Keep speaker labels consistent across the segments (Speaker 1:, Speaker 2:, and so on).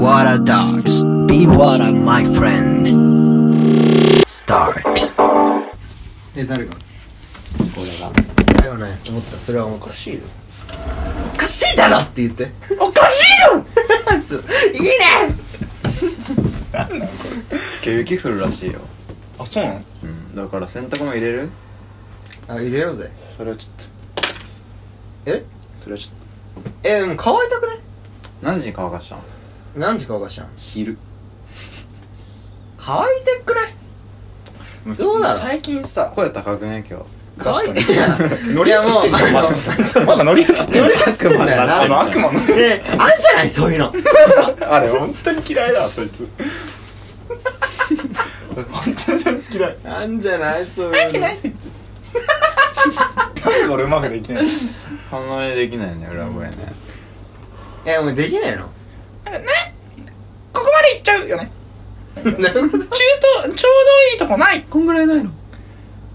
Speaker 1: paradox. Be water, my friend. Start. で、誰が
Speaker 2: 俺が
Speaker 1: だよね。思った。それはおかしいよ。おかしいだろって言って。
Speaker 2: おかしい よ
Speaker 1: いいね
Speaker 3: 今日雪降るらしいよ、
Speaker 2: あそうなの
Speaker 3: だから洗濯も入れる
Speaker 1: あ、入れようぜ。
Speaker 2: それはちょっ
Speaker 1: え
Speaker 2: とそれはちょっと
Speaker 1: え、でも乾いたくない
Speaker 3: 何時に乾かしたの
Speaker 1: 何時乾かしたん
Speaker 2: 昼
Speaker 1: 乾いてくないどうなの
Speaker 2: 最近さ
Speaker 3: 声高くね今日
Speaker 2: 確かに
Speaker 1: 乾いていや
Speaker 2: 乗り移ってんじゃん
Speaker 1: いやもう
Speaker 2: まだ乗り移ってんじゃん
Speaker 1: そうだよな
Speaker 2: あの悪魔の
Speaker 1: で、あんじゃないそういうの。
Speaker 2: あれ本当に嫌いだわそいつ 本当にそいつ嫌い
Speaker 1: あんじゃないそういうの。
Speaker 2: そいつなんで俺うまくでき ない
Speaker 3: 反応できないね裏声ね
Speaker 1: え、お前できないの
Speaker 2: ここまで行っちゃうよね
Speaker 1: なるほど。
Speaker 2: 中途ちょうどいいとこない
Speaker 3: こんぐらいないの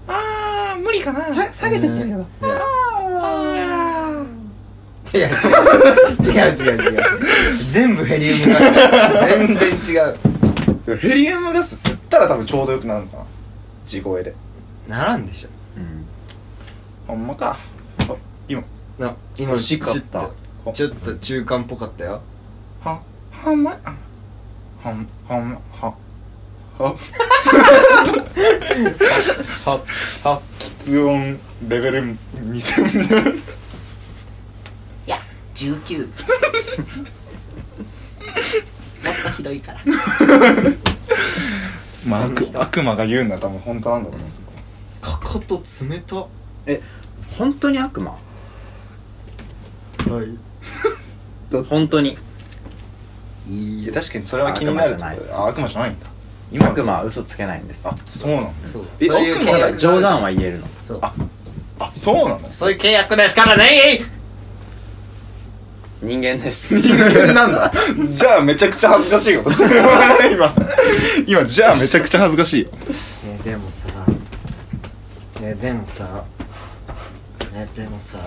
Speaker 2: あー無理かな
Speaker 3: 下げてってれば
Speaker 1: じゃあ
Speaker 2: あ
Speaker 1: 違う違う違う違う違う全部ヘリウムだ全然違う
Speaker 2: ーヘリウムガス吸ったら多分ちょうどよくなるのかな地声で
Speaker 1: ならんでしょ
Speaker 3: うん
Speaker 2: ほんまかあ今
Speaker 1: な今
Speaker 3: 欲しかった
Speaker 1: ちょっとちょっと中間っぽかったよ
Speaker 2: はほんまあほんほんはは
Speaker 1: は は
Speaker 2: 発音レベル2000
Speaker 1: いや19もっとひどいから
Speaker 2: まあ 悪悪魔が言うんだったらもう本当なんだろうねそこ
Speaker 1: かかと冷たは
Speaker 3: 本当に悪魔
Speaker 1: い
Speaker 3: 本当に
Speaker 2: いや確かにそれは気になるとこだよあ悪魔じゃないんだ今
Speaker 3: 悪魔は嘘つけないんです
Speaker 2: あそうなの
Speaker 1: そう
Speaker 2: え
Speaker 1: そういう
Speaker 2: 奥
Speaker 1: 契
Speaker 2: もなん
Speaker 1: 約
Speaker 2: か
Speaker 3: 冗談は言えるの
Speaker 1: そう
Speaker 2: あそうなの
Speaker 1: そういう契約ですからね
Speaker 3: 人間です
Speaker 2: 人間 なんだじゃあめちゃくちゃ恥ずかしいことしてる今今じゃあめちゃくちゃ恥ずかしいよ
Speaker 1: ねでもさねでもさねでもさ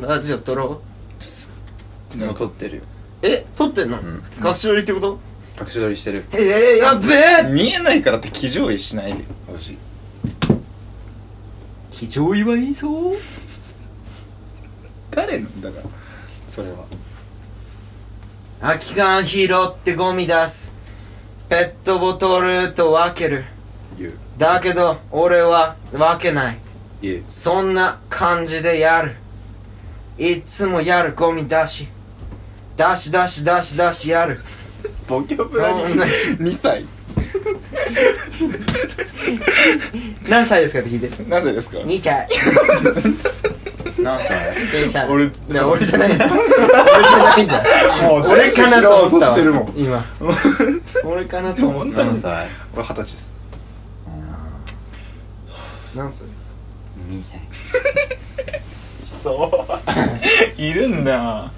Speaker 1: ラジオ撮ろう
Speaker 3: もう撮ってるよ
Speaker 1: え撮ってんの、
Speaker 3: ん
Speaker 1: 学習りってこと
Speaker 3: 隠し撮りしてる
Speaker 1: えー、やっべえ
Speaker 2: 見えないからって気乗位しないでほしい
Speaker 1: 非常祝いそう
Speaker 2: 誰なんだからそれは
Speaker 1: 空き缶拾ってゴミ出すペットボトルと分ける
Speaker 2: 言う
Speaker 1: だけど俺は分けない
Speaker 2: 言う
Speaker 1: そんな感じでやるいつもやるゴミ出し出し出し出し出しやる
Speaker 2: ボキャブラリ
Speaker 1: 同じ
Speaker 2: ー2歳
Speaker 1: 何歳ですかって聞いて
Speaker 2: なぜですか
Speaker 1: 2回
Speaker 3: 何歳
Speaker 2: 俺
Speaker 1: ね俺じゃないんだ俺じゃないんだ
Speaker 2: もう
Speaker 1: 俺かな
Speaker 2: 全部
Speaker 1: と
Speaker 2: 拾お
Speaker 1: 思っ
Speaker 2: うと
Speaker 1: たわ
Speaker 2: してるもん
Speaker 1: 今俺かなと思った
Speaker 3: 何歳
Speaker 2: 俺二十歳です
Speaker 1: 何歳ですか
Speaker 3: 2歳
Speaker 2: そういるんだ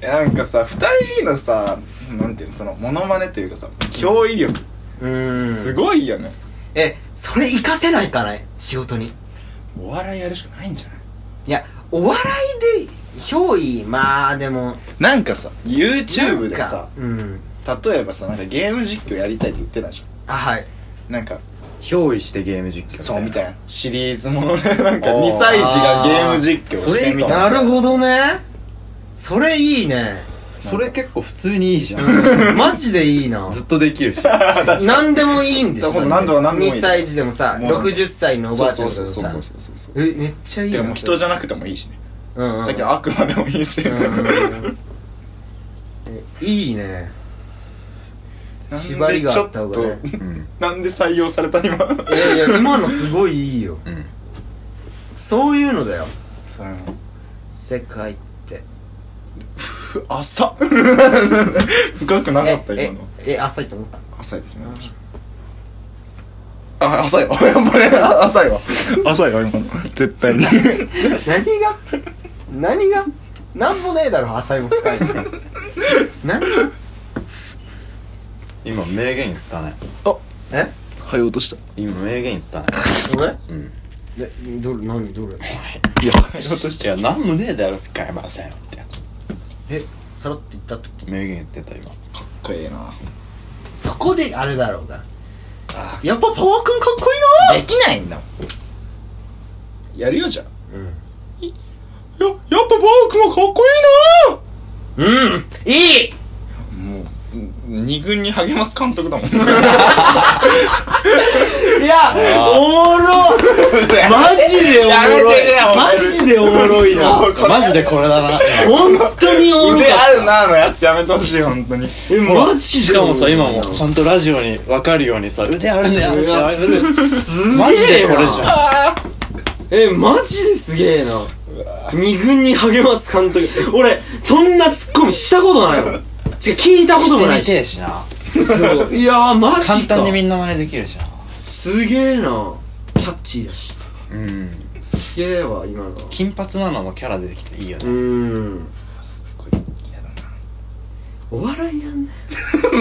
Speaker 2: いやなんかさ二人のさなんていうのそのモノマネというかさ驚異力
Speaker 1: うーん
Speaker 2: すごいよね
Speaker 1: えそれ活かせないかね仕事にい
Speaker 2: お笑いやるしかないんじゃない
Speaker 1: やお笑いで憑依まあでも
Speaker 2: なんかさ YouTube で
Speaker 1: なん
Speaker 2: さ
Speaker 1: かうん
Speaker 2: 例えばさなんかゲーム実況やりたいって言ってないでし
Speaker 1: あはい
Speaker 2: ょなんか
Speaker 3: 憑依してゲーム実況
Speaker 2: そうみたいなシリーズものでなんか
Speaker 3: おー
Speaker 2: 2歳児がゲーム実況
Speaker 3: あー
Speaker 2: してみた
Speaker 1: な
Speaker 2: い
Speaker 1: る ほ
Speaker 2: ど
Speaker 1: どねそれいいね
Speaker 3: それ結構普通にいいじゃん
Speaker 1: マジでいいな
Speaker 3: ずっとできるし
Speaker 1: 何でもいいんでしょ
Speaker 2: だから何度か何度もいい
Speaker 1: 2歳児でもさ
Speaker 2: もうなんか
Speaker 1: 60歳のおば
Speaker 2: そう
Speaker 1: あちゃん
Speaker 2: そう
Speaker 1: とか
Speaker 2: そう
Speaker 1: も
Speaker 2: そうそ
Speaker 1: さ
Speaker 2: うそうそう
Speaker 1: えめっちゃいい
Speaker 2: て
Speaker 1: な
Speaker 2: かもう人じゃなくてもいいしね
Speaker 1: うんうん
Speaker 2: さっきの悪魔でもいいし
Speaker 1: うんえいいね縛りがあった方がね
Speaker 3: うん
Speaker 2: なんで採用された今
Speaker 1: いやいや今のすごいいいよ
Speaker 3: うん
Speaker 1: そういうのだよ世界って
Speaker 2: 浅っ深くなかった今の
Speaker 1: ええ浅いと思った
Speaker 2: 浅いですねあ浅いわやっぱり浅いわ浅いわ今の絶対に
Speaker 1: 何が何がなんもねえだろ浅いも深いも 何が
Speaker 3: 今名言言ったね
Speaker 1: え
Speaker 2: はい落とした
Speaker 3: 今名言言ったね
Speaker 1: 俺
Speaker 3: うん
Speaker 1: でどれ何どれ
Speaker 2: いやはい落とし
Speaker 3: いや何もねえだろ深山さんって
Speaker 1: えさらっと言った時
Speaker 3: 名言言ってた今
Speaker 2: かっこええな
Speaker 1: そこであれだろうが
Speaker 2: あ
Speaker 1: やっぱパワー君かっこいい
Speaker 2: あできないんだもんやるよじゃあ
Speaker 4: うん
Speaker 2: ややっぱバークもかっこ
Speaker 4: うんいい
Speaker 2: いいなもう二軍に励ます監督 だもん
Speaker 1: ないやおもろマジでおもろい
Speaker 2: や
Speaker 1: マ
Speaker 2: めてくれ
Speaker 1: ジでおもろいな
Speaker 2: もうこれ
Speaker 3: マジでこれだな
Speaker 1: 本当におもろかっ
Speaker 2: 腕
Speaker 1: た
Speaker 2: あるなのやつやめてほしい本当に
Speaker 1: え
Speaker 3: ほら
Speaker 1: マジで
Speaker 3: しかもさ今もちゃんとラジオに分かるようにさ腕あるねあるねあるね
Speaker 1: す
Speaker 3: マジ
Speaker 1: げ
Speaker 3: で
Speaker 1: え
Speaker 3: こ
Speaker 1: な
Speaker 3: れじゃん
Speaker 1: えマジですげえな二軍に励ます監督俺そんなツッコミしたことないもん違う聞いたこともない
Speaker 3: してみてえ
Speaker 1: し
Speaker 3: しな
Speaker 1: そういやーマジか
Speaker 3: 簡単にみんな真似できるじゃん
Speaker 1: すげえなキャッチーだし
Speaker 3: うん
Speaker 1: すげえわ今のう
Speaker 3: 金髪なのもキャラ出てきていいよね
Speaker 1: ーん
Speaker 2: すっごい嫌だ
Speaker 1: お笑いやんね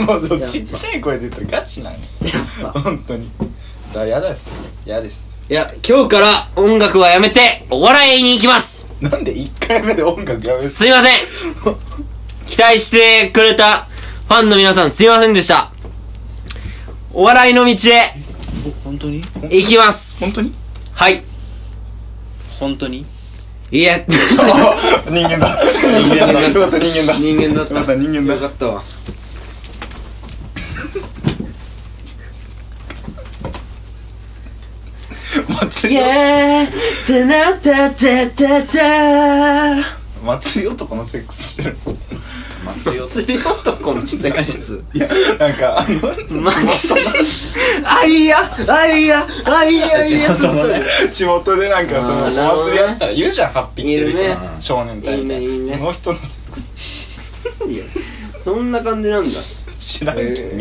Speaker 2: なもうそうちっちゃい声で言ったらガチなの
Speaker 1: やっぱ
Speaker 2: 本当にだから嫌です嫌です
Speaker 4: いや今日から音楽はやめてお笑いに行きます
Speaker 2: なんで1回目で音楽やめる
Speaker 4: すいません期待してくれたファンの皆さんすいませんでしたお笑いの道へ
Speaker 3: 本当に
Speaker 4: 行きます
Speaker 2: 本当に
Speaker 4: はい
Speaker 3: 本当に
Speaker 4: いえ
Speaker 2: 人間だ人間だよかった人間だ
Speaker 1: 人間だった
Speaker 2: よかった人間だ
Speaker 1: よかったわイ
Speaker 2: 祭り
Speaker 1: エーってなったたたた
Speaker 2: 祭り男のセックスしてる
Speaker 3: 松代
Speaker 1: 釣り男のセックス
Speaker 2: いやなんかあの
Speaker 1: 祭りあいやあいやあいやいやそうそう
Speaker 2: 地元でなんかその
Speaker 1: あ
Speaker 2: お
Speaker 1: ーなるほど
Speaker 2: 祭
Speaker 1: ね
Speaker 2: りやったらいるじゃん8匹着てる人
Speaker 1: いる
Speaker 3: ね
Speaker 2: 少年隊みたい
Speaker 1: いいねいいね
Speaker 2: なこの人のセックス
Speaker 1: いやそんな感じなんだ
Speaker 2: 知らんけど
Speaker 1: え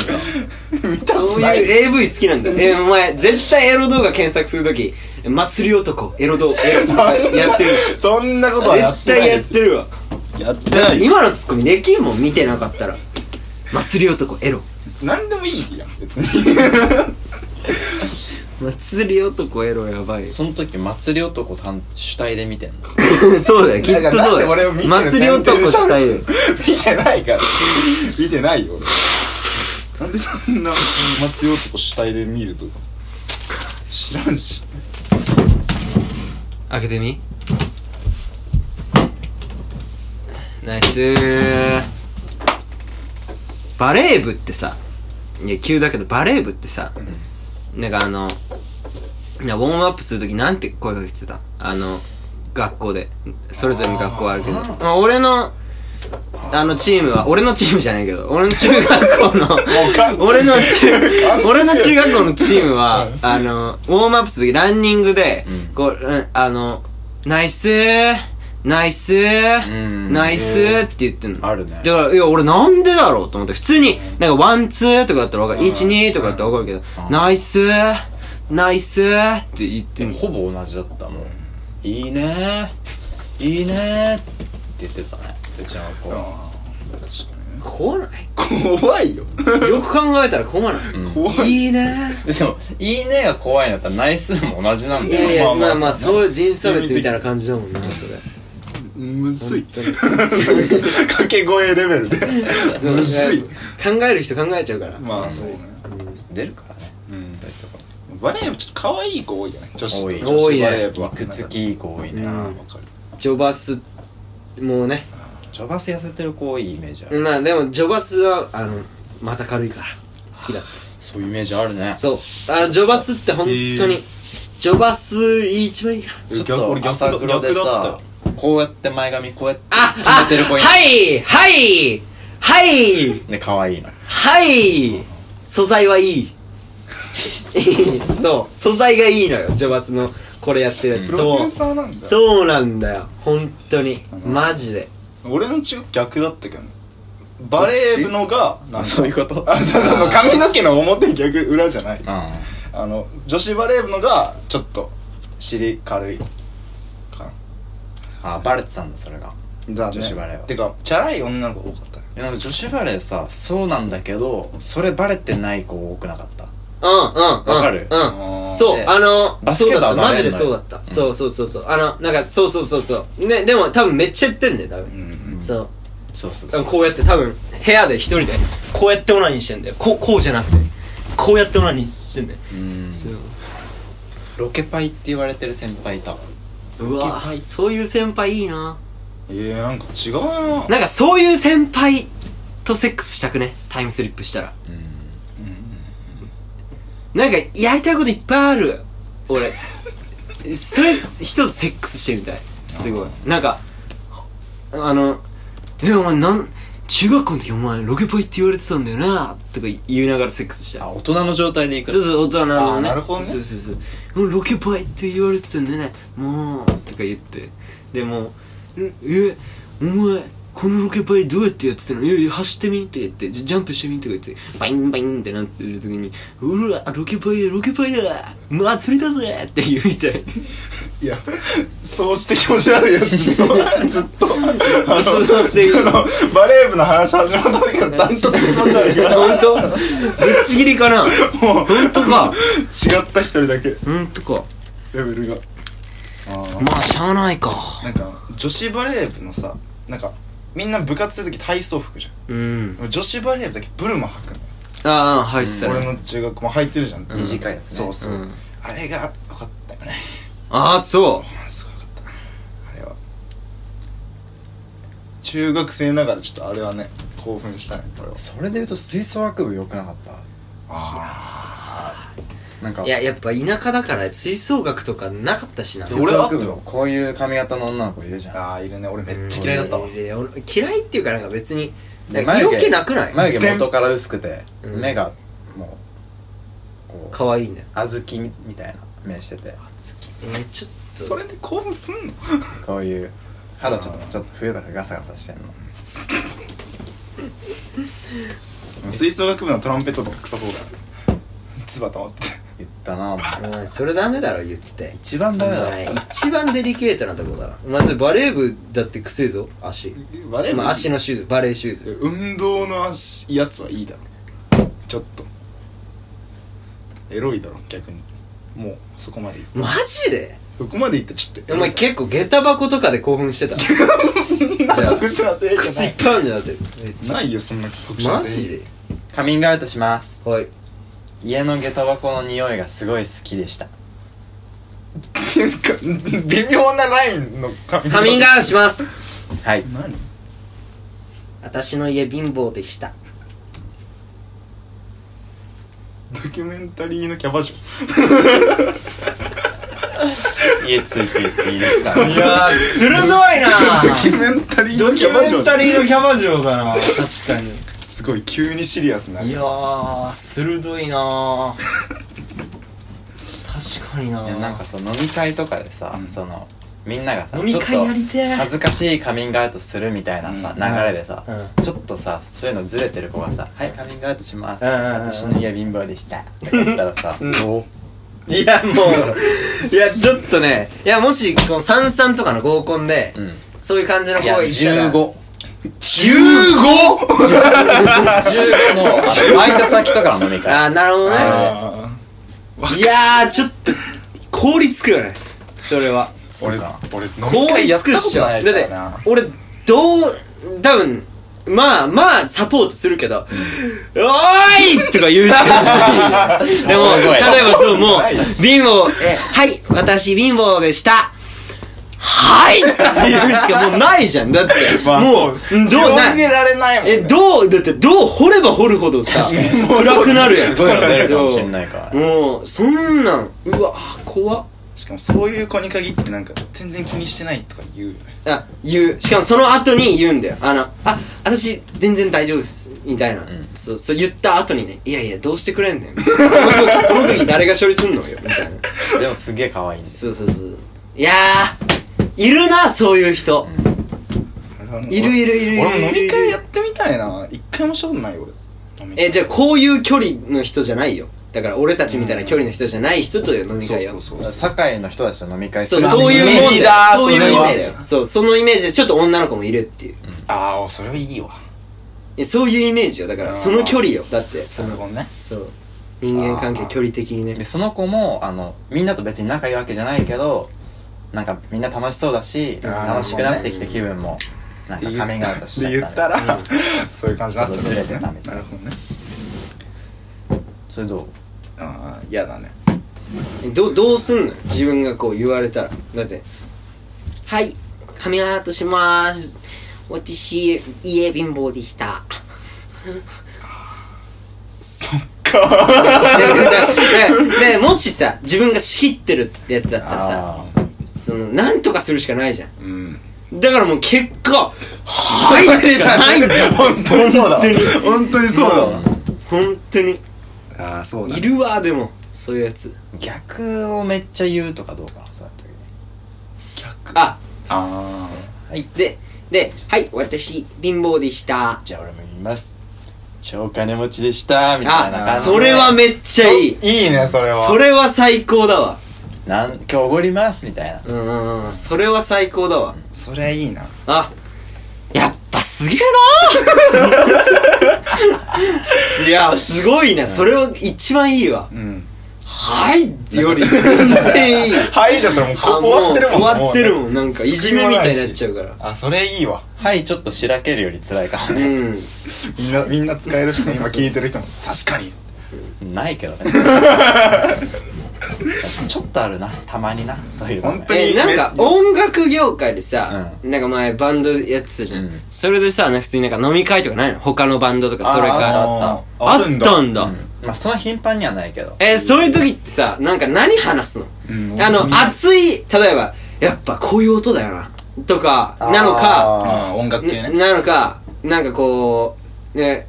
Speaker 2: 見たこ
Speaker 1: そ
Speaker 2: と
Speaker 1: う
Speaker 2: ない
Speaker 1: いう AV 好きなんだえお前絶対エロ動画検索するとき祭り男エロ 動画エロ
Speaker 2: なん
Speaker 1: やってる
Speaker 2: そんなことはやっ
Speaker 1: 絶
Speaker 2: てな
Speaker 1: 対
Speaker 2: い
Speaker 1: や
Speaker 2: で
Speaker 1: っ
Speaker 2: す
Speaker 1: てるわ
Speaker 2: やってないよ
Speaker 1: 今のツッコミできんもん見てなかったら祭り男エロ
Speaker 2: 何でもいいやん別に
Speaker 1: 祭り男エロやばい
Speaker 3: その時祭り男単主体で見てんの
Speaker 1: そうだよきっと
Speaker 2: だから
Speaker 1: そう
Speaker 2: なんで
Speaker 1: だ
Speaker 2: 俺
Speaker 1: よ
Speaker 2: を見てる
Speaker 1: 祭り男したいよ
Speaker 2: 見てないから見てないよ俺なんでそんな祭り男主体で見るとか知らんし
Speaker 4: 開けてみナイスーバレー部ってさ野球だけどバレー部ってさ、なんかあのなウォームアップするときなんて声かけてたあの学校でそれぞれの学校あるけどまあ俺のあのチームは俺のチームじゃないけど俺の中学校の
Speaker 2: う完全に
Speaker 4: 俺の中俺の中学校のチームはあのウォームアップする時ランニングで、
Speaker 3: うん
Speaker 4: こううんあのナイスーナイスー
Speaker 3: ん
Speaker 4: ナイスーって言ってんの
Speaker 3: あるね
Speaker 4: だからいや俺なんでだろうと思って普通になんかワンツーとかだったらわかる12とかだったらわかるけど
Speaker 3: うん
Speaker 4: ナイスーナイスーって言って
Speaker 3: で
Speaker 4: んの
Speaker 3: もほぼ同じだったもんいいねーいいねーって言ってたねうちの子は
Speaker 2: あー確
Speaker 4: 怖ない
Speaker 2: かにね怖いよ
Speaker 4: よく考えたら怖ない
Speaker 3: うん
Speaker 2: 怖い
Speaker 4: いいね
Speaker 3: でも「いいね」が怖いんだったら内数も同じなん
Speaker 1: い
Speaker 3: だ
Speaker 1: やい
Speaker 3: よ
Speaker 1: やま
Speaker 2: まあまあ
Speaker 1: あまあ
Speaker 2: そ
Speaker 1: そう
Speaker 2: う
Speaker 1: いう人差別みたいな感じだもんなそれ
Speaker 2: むずい
Speaker 1: 本当に
Speaker 2: 掛け声レベルで
Speaker 1: そう
Speaker 2: むずい
Speaker 1: 考える人考えちゃうから
Speaker 2: まあそうね
Speaker 3: 出るからね
Speaker 2: うん
Speaker 3: そういうとこ
Speaker 2: バレー部ちょっと可愛い子多いよね女子
Speaker 3: 多い
Speaker 2: 女
Speaker 1: 多い
Speaker 2: 子
Speaker 1: ね
Speaker 2: バレー部は
Speaker 3: くっつきいい子多い
Speaker 2: あ
Speaker 3: ね
Speaker 2: あ
Speaker 1: うん
Speaker 2: わかる
Speaker 1: ジョバスもうね
Speaker 3: ジョバス痩せてる子多いイメージある
Speaker 1: まあでもジョバスはあのまた軽いから好きだっ
Speaker 3: そういうイメージあるね
Speaker 1: たそうあのジョバスって本当に、
Speaker 2: へー
Speaker 1: ジョバス一番いいから
Speaker 3: ちょっ
Speaker 2: 逆俺
Speaker 3: と
Speaker 2: 逆
Speaker 3: 朝
Speaker 2: だ
Speaker 3: 黒で
Speaker 2: 逆だった
Speaker 3: さ
Speaker 2: よ
Speaker 3: こうやって前髪こうやって
Speaker 1: あ
Speaker 3: 決めてる子いる
Speaker 1: はいはいはい
Speaker 3: ね可愛いの
Speaker 1: はい素材はいい そう素材がいいのよジョバスのこれやってるやつ
Speaker 2: プロデ
Speaker 1: そ
Speaker 2: ュー
Speaker 1: う
Speaker 2: サーなんだ
Speaker 1: そうなんだよ本当に
Speaker 2: うん
Speaker 1: マジで
Speaker 2: 俺の中学逆だったけどねバレー部のがなんか
Speaker 3: あそういうこと
Speaker 2: あそうそ うそう髪の毛の表逆裏じゃない
Speaker 3: うん
Speaker 2: あの女子バレー部のがちょっと尻軽いか
Speaker 3: あバレてたんだそれが
Speaker 2: なだ、ね、
Speaker 3: 女子バレーは
Speaker 2: てかチャラい女の子多かったね
Speaker 3: いやなんか女子バレーさそうなんだけどそれバレてない子多くなかった
Speaker 1: うんうんわ
Speaker 3: わかる
Speaker 1: うん
Speaker 2: あー
Speaker 1: そう、
Speaker 3: で
Speaker 1: あの、
Speaker 3: バス
Speaker 1: そう
Speaker 3: ケ
Speaker 1: だ
Speaker 3: 部
Speaker 1: った。
Speaker 3: は
Speaker 1: マジで
Speaker 3: バレーの
Speaker 1: そうだった。
Speaker 3: うん
Speaker 1: そうそうそうそう。あの、なんか、そうそうそうそう。ね、でも多分めっちゃ言ってんだよ、多
Speaker 2: う
Speaker 1: 分。
Speaker 2: ん
Speaker 1: そう。
Speaker 3: そうそう
Speaker 1: 多分こうやって多分部屋で一人でこうやってオナニーしてんだよこうこうじゃなくてこうやってオナニーしてんだよ、
Speaker 3: うん
Speaker 1: そう
Speaker 3: ロケパイって言われてる先輩いたわ
Speaker 1: うわ
Speaker 2: いっぱい
Speaker 1: そういう先輩いいな
Speaker 2: えー、なんか違うな
Speaker 1: なんかそういう先輩とセックスしたくねタイムスリップしたらなんかやりたいこといっぱいある俺それ人とセックスしてみたいすごいなんかあの「えお前なん中学校の時お前ロケパイって言われてたんだよな」とか言いながらセックスしたい
Speaker 3: あ大人の状態で行く
Speaker 1: そうそう大人のね
Speaker 2: あーなるほどね
Speaker 1: そうそうそううんロケパイって言われてたんだよねもうとか言ってでもうえお前このロケパイどうやってやってたのいやいや走ってみって言ってじゃジャンプしてみとか言ってバインバインってなってる時にうわロケパイだロケパイだ祭りだぜって言うみ たい
Speaker 2: いやそうして気持ち悪いやつ ずっとあの
Speaker 1: そうしてる
Speaker 2: あのバレー部の話始まった時から断トツ気持ち悪いから
Speaker 1: 本当ぶっちぎりかな
Speaker 2: もう
Speaker 1: 本当か
Speaker 2: 違った一人だけレ
Speaker 1: 本当か
Speaker 2: ベルがあー
Speaker 1: まあしゃあないか
Speaker 2: なんか女子バレー部のさなんかみんな部活する時体操服じゃ
Speaker 1: う
Speaker 2: ん
Speaker 1: ん
Speaker 2: 女子バレー部だけブルマ履くのよ
Speaker 1: ああはいっす
Speaker 2: 俺
Speaker 1: ね
Speaker 2: の中学も履いてるじゃん、
Speaker 1: うん短
Speaker 3: いやつね
Speaker 2: そうそう、
Speaker 1: うん
Speaker 2: あれがよかったよね
Speaker 1: ああそう
Speaker 2: あすごかったあれは中学生ながらちょっとあれはね興奮したね俺は
Speaker 3: それで言うと吹奏楽部良くなかったなんか
Speaker 1: いや、やっぱ田舎だから吹奏楽とかなかったしな。
Speaker 2: そ
Speaker 3: 吹
Speaker 2: う俺
Speaker 3: 奏
Speaker 2: あった
Speaker 3: 楽
Speaker 2: よ
Speaker 3: 部のこういう髪型の女の子いるじゃん
Speaker 2: ああいるね俺めっちゃ嫌いだったわ
Speaker 1: いやいや俺嫌いっていうかなんか別に、な
Speaker 3: で
Speaker 1: んか色気なくない
Speaker 3: 眉毛元から薄くて
Speaker 1: うん
Speaker 3: 目がもうこう
Speaker 1: 可愛いね。
Speaker 3: 小豆みたいな目してて
Speaker 1: えー、ちょっと。
Speaker 2: それで興奮すんの
Speaker 3: こういう肌ちょっとちょっと冬だからガサガサしてんの
Speaker 2: 吹奏楽部のトランペットとか臭そうだ つばたまって
Speaker 3: 言ったなお前
Speaker 1: お前それダメだろ言って。
Speaker 3: 一番ダメだ
Speaker 1: お前一番デリケートなとこだろ。まずバレー部だってくせえぞ、足。
Speaker 2: バレー部
Speaker 1: まあ足のシューズ、バレーシューズ。
Speaker 2: 運動の足やつはいいだろちょっとエロいだろ逆にもうそこまでい
Speaker 1: マジで
Speaker 2: そこまでいったらちょっと
Speaker 1: お前結構下駄箱とかで興奮してた。 じゃあ、
Speaker 2: 特殊な性じ
Speaker 1: 靴いっぱいあるんじゃなくて。めっち
Speaker 2: ゃ
Speaker 1: ゃ
Speaker 2: ないないよそんな特殊な
Speaker 1: マ
Speaker 2: 性
Speaker 1: ジで
Speaker 3: カミングアウトします
Speaker 1: はい。
Speaker 3: 家の下駄箱の匂いがすごい好きでした
Speaker 2: なんか 微妙なラインのカミ
Speaker 1: カミングアウトします
Speaker 3: はい
Speaker 2: 何
Speaker 1: 私の家貧乏でした。
Speaker 2: ドキュメンタリーのキャバ嬢
Speaker 3: 家ついて行っていいですかい
Speaker 5: やー、鋭いな
Speaker 2: ドキュメンタリーのキャバ嬢
Speaker 5: リーのキャバ嬢だな確かに。
Speaker 2: すごい急にシリアスない
Speaker 5: やー、鋭いな ー。確かになー。
Speaker 3: やなんかその飲み会とかでさ、
Speaker 2: うん
Speaker 3: そのみんながさ
Speaker 5: 飲み
Speaker 3: ちょ
Speaker 5: 会
Speaker 3: っ
Speaker 5: や
Speaker 3: と
Speaker 5: りてー。
Speaker 3: 恥ずかしいカミングアウトするみたいなさ、
Speaker 2: うん
Speaker 3: 流れでさ、
Speaker 5: う
Speaker 3: ちょっとさそういうのずれてる子がさ「はいカミングアウトします」
Speaker 5: うんうんうん
Speaker 3: 私の家貧乏でした」とか言ったらさ、お
Speaker 5: いや、もう、いや、ちょっとね、
Speaker 1: いや、もし、この三三とかの合コンで、
Speaker 3: うん、
Speaker 1: そういう感じの
Speaker 3: い
Speaker 1: 子
Speaker 3: や
Speaker 1: がいたら。
Speaker 3: 1515のあ
Speaker 2: 15!
Speaker 3: れバイト先とかの飲み
Speaker 1: あ
Speaker 3: 会
Speaker 1: あ、なるほどね。
Speaker 2: あ
Speaker 1: いやー、ちょっと、凍りつくよね。それは。
Speaker 2: ー 俺俺
Speaker 1: 凍りつくっしょ。だ
Speaker 3: や
Speaker 1: っ
Speaker 3: ったこと
Speaker 2: ない
Speaker 1: て
Speaker 2: からな、
Speaker 1: 俺、どう、多分、まあまあ、サポートするけど、おーいとか言うしかない でも、
Speaker 3: 大声
Speaker 1: 例えばそう、もう、貧乏、え、はい、私貧乏でした。はいって言うしかもうないじゃん。 だって、
Speaker 2: まあ
Speaker 1: も
Speaker 2: そう
Speaker 1: う、どうな
Speaker 2: 広げられないもんね
Speaker 1: え、どう、だって、どう掘れば掘るほどさ、暗くなるやん。
Speaker 3: すごいの出るかもしん
Speaker 1: い。
Speaker 3: ないから
Speaker 1: もう、そんなん、うわ、怖っ。
Speaker 2: しかもそういう子に限ってなんか全然気にしてないとか言うよね
Speaker 1: あ、言う。しかもその後に言うんだよ。あの、あ、私、全然大丈夫です。みたいな。
Speaker 3: ん
Speaker 1: そう、そう言った後にね、いやいや、どうしてくれんねん。この時、この時誰が処理すんのよ。みたいな。
Speaker 3: でもすげえ可愛いんです
Speaker 1: そうそうそう。いやー、いるな、そういう人。
Speaker 2: 俺はもう
Speaker 1: いるいるいるいる
Speaker 2: 俺も飲み会やってみたいな一回もしたことない俺飲み会
Speaker 1: え、じゃあ、こういう距離の人じゃないよ。だから、俺たちみたいな距離の人じゃない人と飲み
Speaker 2: そう
Speaker 1: 会よ。
Speaker 2: そうそうそう
Speaker 3: 堺の人たちと飲み会す
Speaker 1: そう、
Speaker 3: る
Speaker 1: そういうもんだ
Speaker 2: いい
Speaker 1: よ
Speaker 2: な。
Speaker 1: そういうイ
Speaker 2: それ
Speaker 1: メ
Speaker 2: は
Speaker 1: ージだよ。そう、そのイメージで、ちょっと女の子もいるっていう。
Speaker 2: ああそれはいいわ
Speaker 1: えそういうイメージよ。だから、その距離よ。だって、そ
Speaker 2: なる
Speaker 1: の
Speaker 2: ほ、どね
Speaker 1: そう。人間関係距離的にね
Speaker 3: で。その子もあのみんなと別に仲いいわけじゃないけどなんかみんな楽しそうだし
Speaker 2: あー
Speaker 3: 楽しくなってきて気分もなんかカミングアウトしちゃ
Speaker 2: で
Speaker 3: った、
Speaker 2: 言ったら、そういう感じになっ
Speaker 3: ち
Speaker 2: ちゃう
Speaker 3: ょっとずれてたみたい
Speaker 2: なるほどね
Speaker 3: それどう
Speaker 2: ああ嫌 だね
Speaker 1: どどうすんの自分がこう言われたらだって「はいカミングアウトします私家貧乏でした」 そっかでもしさ自分が仕切ってるってやつだったらさ
Speaker 3: あ
Speaker 1: そのなんとかするしかないじゃん
Speaker 2: うん
Speaker 1: だからもう結果「はい」しかないんだよ
Speaker 2: 本当にそうだわ本当にそうだわ
Speaker 1: 本当に
Speaker 2: ああそうだ
Speaker 1: いるわでもそういうやつ
Speaker 3: ー逆をめっちゃ言うとかどうかなそうやった時に
Speaker 1: あ
Speaker 2: あ
Speaker 3: はい
Speaker 1: でで「はい私貧乏でした」
Speaker 3: じゃあ俺も言います超お金持ちでしたみたいな感じ
Speaker 1: あ
Speaker 3: で
Speaker 1: それはめっちゃいい
Speaker 2: あいいねそれは
Speaker 1: それは最高だわ
Speaker 3: なん今日おごりますみたいな
Speaker 1: うんうんうんそれは最高だわ
Speaker 2: それいいな
Speaker 1: あやっぱすげえな いやすごいねそれは一番いいわ
Speaker 2: うん
Speaker 1: はいより全然いい
Speaker 2: はいだったらもうこ
Speaker 1: あ
Speaker 2: う終わってるもん
Speaker 1: う 終わってるもん
Speaker 2: うね
Speaker 1: なんかいじめみたいになっちゃうから
Speaker 2: あそれいいわ
Speaker 3: はいちょっとしらけるより辛いかも
Speaker 1: う
Speaker 3: ね
Speaker 1: ん
Speaker 2: みんなみんな使えるしね今聞いてる人も確かに
Speaker 3: ないけど ねちょっとあるなたまになそういうの
Speaker 2: 本
Speaker 3: ね
Speaker 2: 当に
Speaker 1: えなんか音楽業界でさ、なんか前バンドやってたじゃん、
Speaker 3: うん
Speaker 1: それでさ普通になんか飲み会とかないの他のバンドとかそれ
Speaker 3: あ
Speaker 1: か
Speaker 3: あ
Speaker 1: あったんだ、
Speaker 3: うんまあそんな頻繁にはないけど
Speaker 1: えーそういう時ってさなんか何話すの、
Speaker 2: うん
Speaker 1: あ
Speaker 2: う
Speaker 1: の
Speaker 2: ん
Speaker 1: 熱い例えばやっぱこういう音だよなとか
Speaker 3: あー
Speaker 1: なのか
Speaker 2: あー音楽系
Speaker 1: な
Speaker 2: ね
Speaker 1: なのかなんかこうね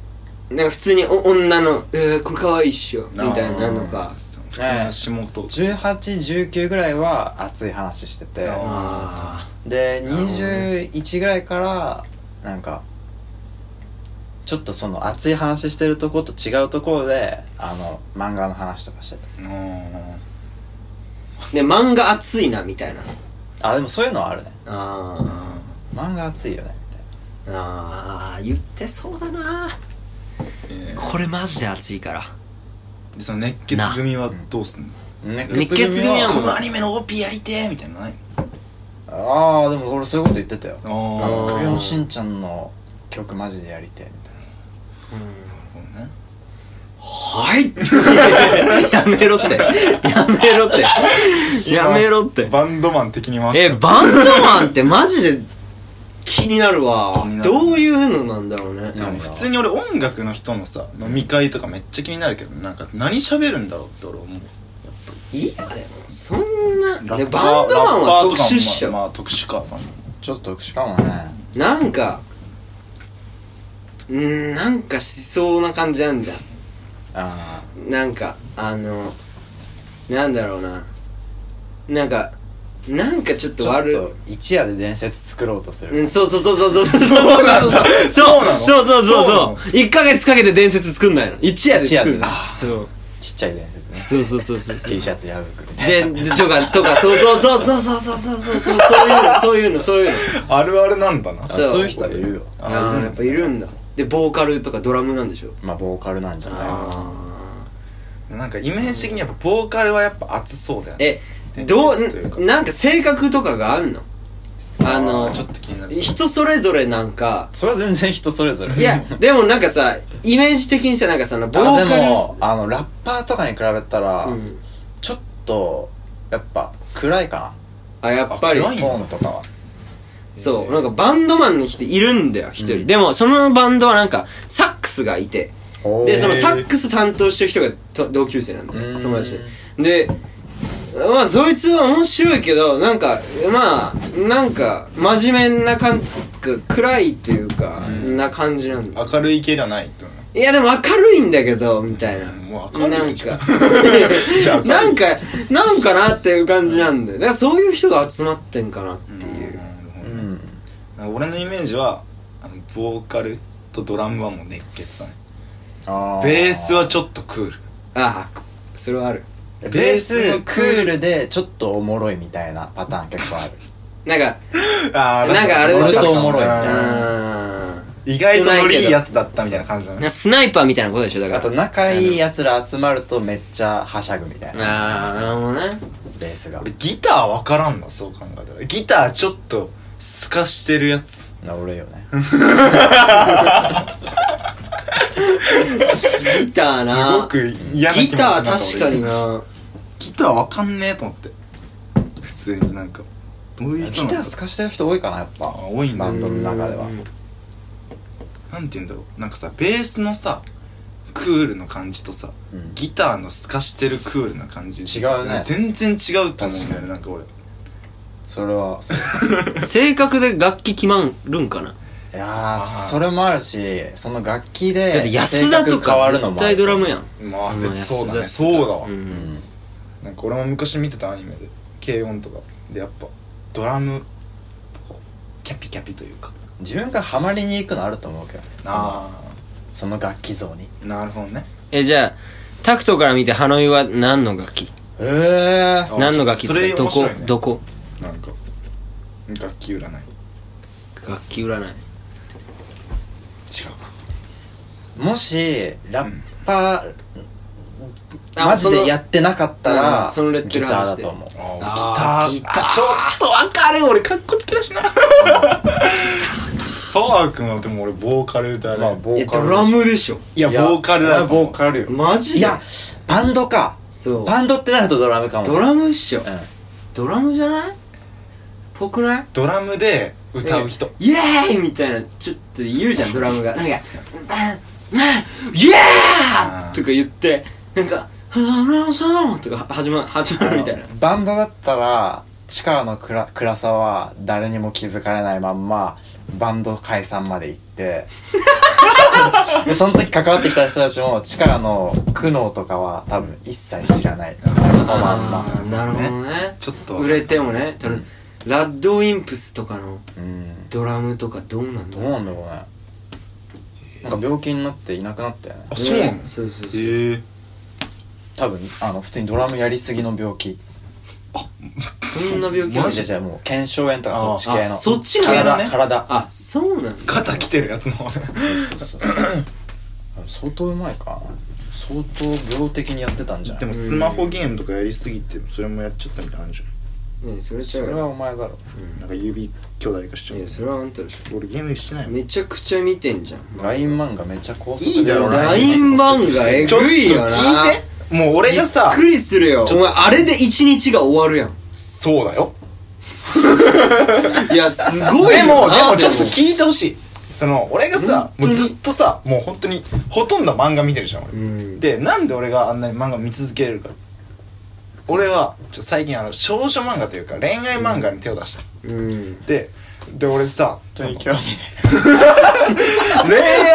Speaker 1: なんか普通にお女の「えー、これ可愛いっしょ」みたいななのか
Speaker 2: 普通の仕事
Speaker 3: 1819ぐらいは熱い話してて
Speaker 1: あ
Speaker 3: で21ぐらいからなんかちょっとその熱い話してるとこと違うところであの漫画の話とかして
Speaker 2: うん
Speaker 1: ーで漫画熱いなみたいな
Speaker 3: たあでもそういうのはあるね
Speaker 1: あ
Speaker 3: 漫画熱いよねみたい
Speaker 1: ーあー言ってそうだな
Speaker 2: え
Speaker 1: これマジで熱いから
Speaker 2: ーでその熱血組はどうすんの
Speaker 3: な
Speaker 1: 熱血組は
Speaker 2: このアニメの OP やりてーみたいなのない
Speaker 3: ああでも俺そういうこと言ってたよ「
Speaker 2: の
Speaker 3: あ
Speaker 2: あ
Speaker 3: の
Speaker 2: あ
Speaker 1: ー
Speaker 3: クレヨンしんちゃん」の曲マジでやりてえみたいな
Speaker 2: なる
Speaker 1: はい。 やめろって。やめろって。やめろっ
Speaker 2: ほど
Speaker 1: て
Speaker 2: ね。バンドマン的に回して
Speaker 1: え、バンドマンってマジで気になるわ
Speaker 2: 気に。なる
Speaker 1: どういうのなんだろうね
Speaker 2: で。も普通に俺音楽の人のさ飲み会とかめっちゃ気になるけどなんか何喋るんだろうって俺思う
Speaker 1: いや、でもそんな。
Speaker 2: ラ
Speaker 1: で
Speaker 2: ッパ
Speaker 1: バンドマンは
Speaker 2: ラッパー
Speaker 1: 特
Speaker 2: とかも
Speaker 1: 殊っし
Speaker 2: ま
Speaker 1: ょ。
Speaker 2: あまあ特殊かバン
Speaker 3: ちょっとしかもね
Speaker 1: なんか、うーん、なんかしそうな感じなんだ。
Speaker 3: あ
Speaker 1: なんか、あの、なんだろうな。なんか、なんかちょっ
Speaker 3: あち
Speaker 1: と
Speaker 3: ょっ
Speaker 1: 悪い。
Speaker 3: と一夜で伝説作ろうとす
Speaker 1: う
Speaker 3: る
Speaker 1: ん、そうそうそうそうそうそうそうそう
Speaker 2: そうなの
Speaker 1: そうそうそうそう
Speaker 2: そ
Speaker 1: そう1ヶ月かけて伝説作んないの一夜で作ん
Speaker 3: 一夜で
Speaker 1: ない
Speaker 3: あー
Speaker 1: そう
Speaker 3: ちっちゃい伝説ね
Speaker 1: そうそうそうそうそう
Speaker 3: T シャツ破くみたい
Speaker 1: で
Speaker 3: な
Speaker 1: でとかとかそうそうそうそうそうそうそうそうそういうのそういうのそういうの
Speaker 2: ドあるあるなんだな
Speaker 3: あ
Speaker 1: そう
Speaker 3: そういう人はいるよ
Speaker 1: ああやっぱいるんだでボーカルとかドラムなんでしょ
Speaker 3: まあボーカルなんじゃない
Speaker 1: あ
Speaker 2: なんかイメージ的にやっぱボーカルはやっぱ熱そうだよ
Speaker 1: ー
Speaker 2: ね
Speaker 1: えど
Speaker 2: 熱いというか
Speaker 1: うなんか性格とかがあんのあの
Speaker 2: ーちょっと気になる
Speaker 1: 人それぞれなんか
Speaker 3: それは全然人それぞれ
Speaker 1: い やでもなんかさイメージ的にさなんかそのボー
Speaker 3: あ
Speaker 1: カ
Speaker 3: で
Speaker 1: ル
Speaker 3: もあのラッパーとかに比べたら、
Speaker 1: うん
Speaker 3: ちょっとやっぱ暗いか
Speaker 1: あやっぱり
Speaker 2: あ暗
Speaker 3: ないトーンとかは
Speaker 1: そう、なんかバンドマンの人いるんだよ、一人。でも、そのバンドはなんか、サックスがいて、で、そのサックス担当してる人がと同級生なんだ
Speaker 3: う
Speaker 1: よ、
Speaker 3: ん
Speaker 1: 友達で。で、まあ、そいつは面白いけど、なんか、まあ、なんか、真面目な感じ、暗いというか、な感じなんだ。
Speaker 2: 明るい系ではないって思う
Speaker 1: いや、でも明るいんだけど、みたいな。
Speaker 2: もう明
Speaker 1: な
Speaker 2: る
Speaker 1: ん
Speaker 2: いじゃ
Speaker 1: か
Speaker 2: ん、 じゃあ明るい
Speaker 1: なんか、なんかなっていう感じなんだよ。だからそういう人が集まってんかなっていう。
Speaker 3: う
Speaker 2: うん
Speaker 3: ん
Speaker 2: 俺のイメージはあのボーカルとドラムはもう熱血だね
Speaker 3: あ
Speaker 2: ベースはち
Speaker 3: っ
Speaker 2: ょっとクール
Speaker 1: ああ、それはある。
Speaker 3: とベ
Speaker 2: ベ
Speaker 3: ー
Speaker 2: ー
Speaker 3: ス
Speaker 2: ス
Speaker 3: クールでちょっとおもろいみたいなパターン結構ある
Speaker 1: なんか、
Speaker 2: あー
Speaker 1: なんかあれでしょ
Speaker 2: ちょっ
Speaker 3: おもろい
Speaker 2: う
Speaker 1: う
Speaker 2: ん
Speaker 3: な
Speaker 1: ーん
Speaker 2: 意外とノリいいや
Speaker 1: 少ない
Speaker 2: つだったみたいな感じだ
Speaker 1: けど
Speaker 2: ね
Speaker 1: なスナイパーみたいなことでしょだから
Speaker 3: あと仲いいやつら集まるとめっちゃはしゃぐみたいな
Speaker 1: ああなるほどね
Speaker 3: ベースが
Speaker 2: 俺ギター分からんなそう考えたらギターちょっとすかしてるやつ
Speaker 3: な俺よね
Speaker 6: ギターな
Speaker 2: すごく嫌な気持ち
Speaker 6: ギタ
Speaker 2: になった
Speaker 6: ー確かに
Speaker 2: 俺
Speaker 6: な
Speaker 2: ギターわかんねえと思って普通になんかどういう
Speaker 3: ギ
Speaker 2: 人
Speaker 3: タ
Speaker 2: なの
Speaker 3: ー透かしてる人多いかなやっ
Speaker 2: あ
Speaker 3: ぱ
Speaker 2: 多いんだ
Speaker 3: バンドの中では
Speaker 6: うん
Speaker 2: なんて言うんだろうなんかさベースのさクールの感じとさ
Speaker 3: うん
Speaker 2: ギターの透かしてるクールな感じ
Speaker 3: 違うね
Speaker 2: 全然違うと思うんだよねなんか俺
Speaker 3: それはそう
Speaker 1: 性格で楽器決まるんかない
Speaker 3: や
Speaker 2: ー
Speaker 3: ーそれもあるしその楽器
Speaker 1: だって
Speaker 3: で
Speaker 1: 安田と
Speaker 3: 性格変わ
Speaker 1: か
Speaker 3: るの
Speaker 1: 絶
Speaker 3: もある
Speaker 1: 対ドラムやん
Speaker 2: まあ
Speaker 1: うん
Speaker 2: 絶そうだね
Speaker 1: 安
Speaker 2: そうだわ、
Speaker 1: う
Speaker 3: うんん
Speaker 2: なんか俺も昔見てたアニメで軽音とかでやっぱドラムこうキャピキャピというか
Speaker 3: 自分がハマりに行くのあると思うけど
Speaker 2: あ
Speaker 3: その楽器像に
Speaker 2: あなるほどね
Speaker 1: えじゃあタクトから見てハノイは何の楽器
Speaker 3: ええ
Speaker 2: あ
Speaker 1: 何の楽器
Speaker 2: そ
Speaker 1: 使
Speaker 2: れ
Speaker 1: うど
Speaker 2: 面白
Speaker 1: こ
Speaker 2: いね
Speaker 1: どこ
Speaker 2: なんか楽器占い違う
Speaker 1: 楽器占い
Speaker 3: もしラッパー
Speaker 1: あ
Speaker 3: マジでやってなかったら
Speaker 1: そのレッテ
Speaker 3: ギ
Speaker 1: ル
Speaker 3: ター
Speaker 1: 外
Speaker 3: だ
Speaker 1: して
Speaker 3: と思う
Speaker 2: あ
Speaker 1: あー
Speaker 2: ーギ
Speaker 1: ギ
Speaker 2: タ
Speaker 1: タ
Speaker 2: ーあちょっとわかる俺かっこつけだしな パワー君はでも俺ボーカルだね、
Speaker 3: ボ
Speaker 6: えドラムでしょ
Speaker 2: いや
Speaker 3: いや
Speaker 2: ボーカルだ
Speaker 3: いやボーカ
Speaker 2: ル
Speaker 3: ルよ
Speaker 6: マジで
Speaker 3: いやバンドか
Speaker 6: そう
Speaker 3: バンドってなるとドラムかも
Speaker 6: ドラムっしょ
Speaker 3: うん
Speaker 1: ドラムじゃないぽくない
Speaker 2: ドラムで歌う人、
Speaker 1: イエーイみたいなちょっと言うじゃんドラムがなんか「バンバンイエーイ!」とか言ってなんか「ハローソン!」とか始ま始まる みたいな
Speaker 3: バンドだったら力の暗暗さは誰にも気づかれないまんまバンド解散まで行ってでその時関わってきた人たちも力の苦悩とかは多分一切知らないそのまんま
Speaker 6: あーなるほどね
Speaker 2: ちょっと
Speaker 1: 売れてもねただラッドウィンプスとかの
Speaker 3: うん
Speaker 1: ドラムとかどうなんだ
Speaker 3: ど
Speaker 1: ろ
Speaker 3: う
Speaker 1: う
Speaker 3: なんだろうねなんか病気になっていなくなったよね
Speaker 2: あそうなん
Speaker 1: ねそうそうそう
Speaker 2: ええ
Speaker 3: 多分あの普通にドラムやりすぎの病気
Speaker 1: そんな病気
Speaker 3: マ
Speaker 1: なん
Speaker 3: ジ
Speaker 1: だ
Speaker 3: でもう腱鞘炎とかそっち系
Speaker 1: あ
Speaker 3: の
Speaker 1: そっち系
Speaker 2: の
Speaker 3: 体
Speaker 2: ね
Speaker 3: 体
Speaker 1: あそうなんだ
Speaker 2: 肩きてるや つの
Speaker 3: そうそうそうあ相当うまいか相当病的にやってたんじゃな
Speaker 2: で
Speaker 3: い
Speaker 2: もスマホゲームとかやりすぎてそれもやっちゃったみたいなのあるじ
Speaker 1: ねそれ
Speaker 3: そ
Speaker 1: ちゃう
Speaker 3: れ
Speaker 1: よ
Speaker 3: はお前だろ
Speaker 2: ゃんなんか指兄弟がしちゃ
Speaker 1: いやそれはあんたでし
Speaker 2: う俺ゲームしてない
Speaker 1: ょ
Speaker 2: もん
Speaker 1: めちゃくちゃ見てんじゃん
Speaker 3: LINE 漫画めっちゃ高速
Speaker 2: いいだろ
Speaker 1: LINE 漫画え
Speaker 2: ちょっと
Speaker 1: ぐ
Speaker 2: 聞
Speaker 1: い
Speaker 2: い
Speaker 1: よな
Speaker 2: てもう俺がさ
Speaker 1: びっくりするよお前あれで一日が終わるやん
Speaker 2: そうだよ
Speaker 1: いやす
Speaker 2: でも
Speaker 1: ごい
Speaker 2: で
Speaker 1: よな
Speaker 2: もちょっと聞いてほしいその俺がさ
Speaker 1: 本当
Speaker 2: もう
Speaker 1: に
Speaker 2: ずっとさもう本当にほとんど漫画見てるじゃん
Speaker 1: う
Speaker 2: 俺
Speaker 1: ん
Speaker 2: でなんで俺があんなに漫画見続けれるか俺はちょ最近あの少女漫画というか恋愛漫画に手を出した
Speaker 1: うん
Speaker 2: でで俺さその恋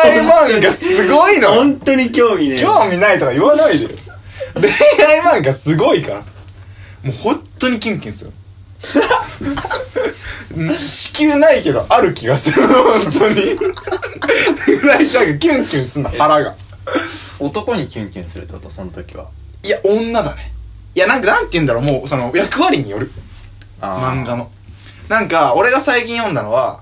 Speaker 2: 愛漫画すごいのよ
Speaker 1: 本当に興味ねえ
Speaker 2: 興味ないとか言わないでよ恋愛漫画すごいからもう本当にキュンキュンする うん子宮ないけどある気がする本当にぐらいなんかキュンキュンすんの腹が
Speaker 3: 男にキュンキュンするってことその時はい
Speaker 2: や女だねいやなんかなんて言うんだろうもうその役割による
Speaker 3: あー
Speaker 2: 漫画のなんか俺が最近読んだのは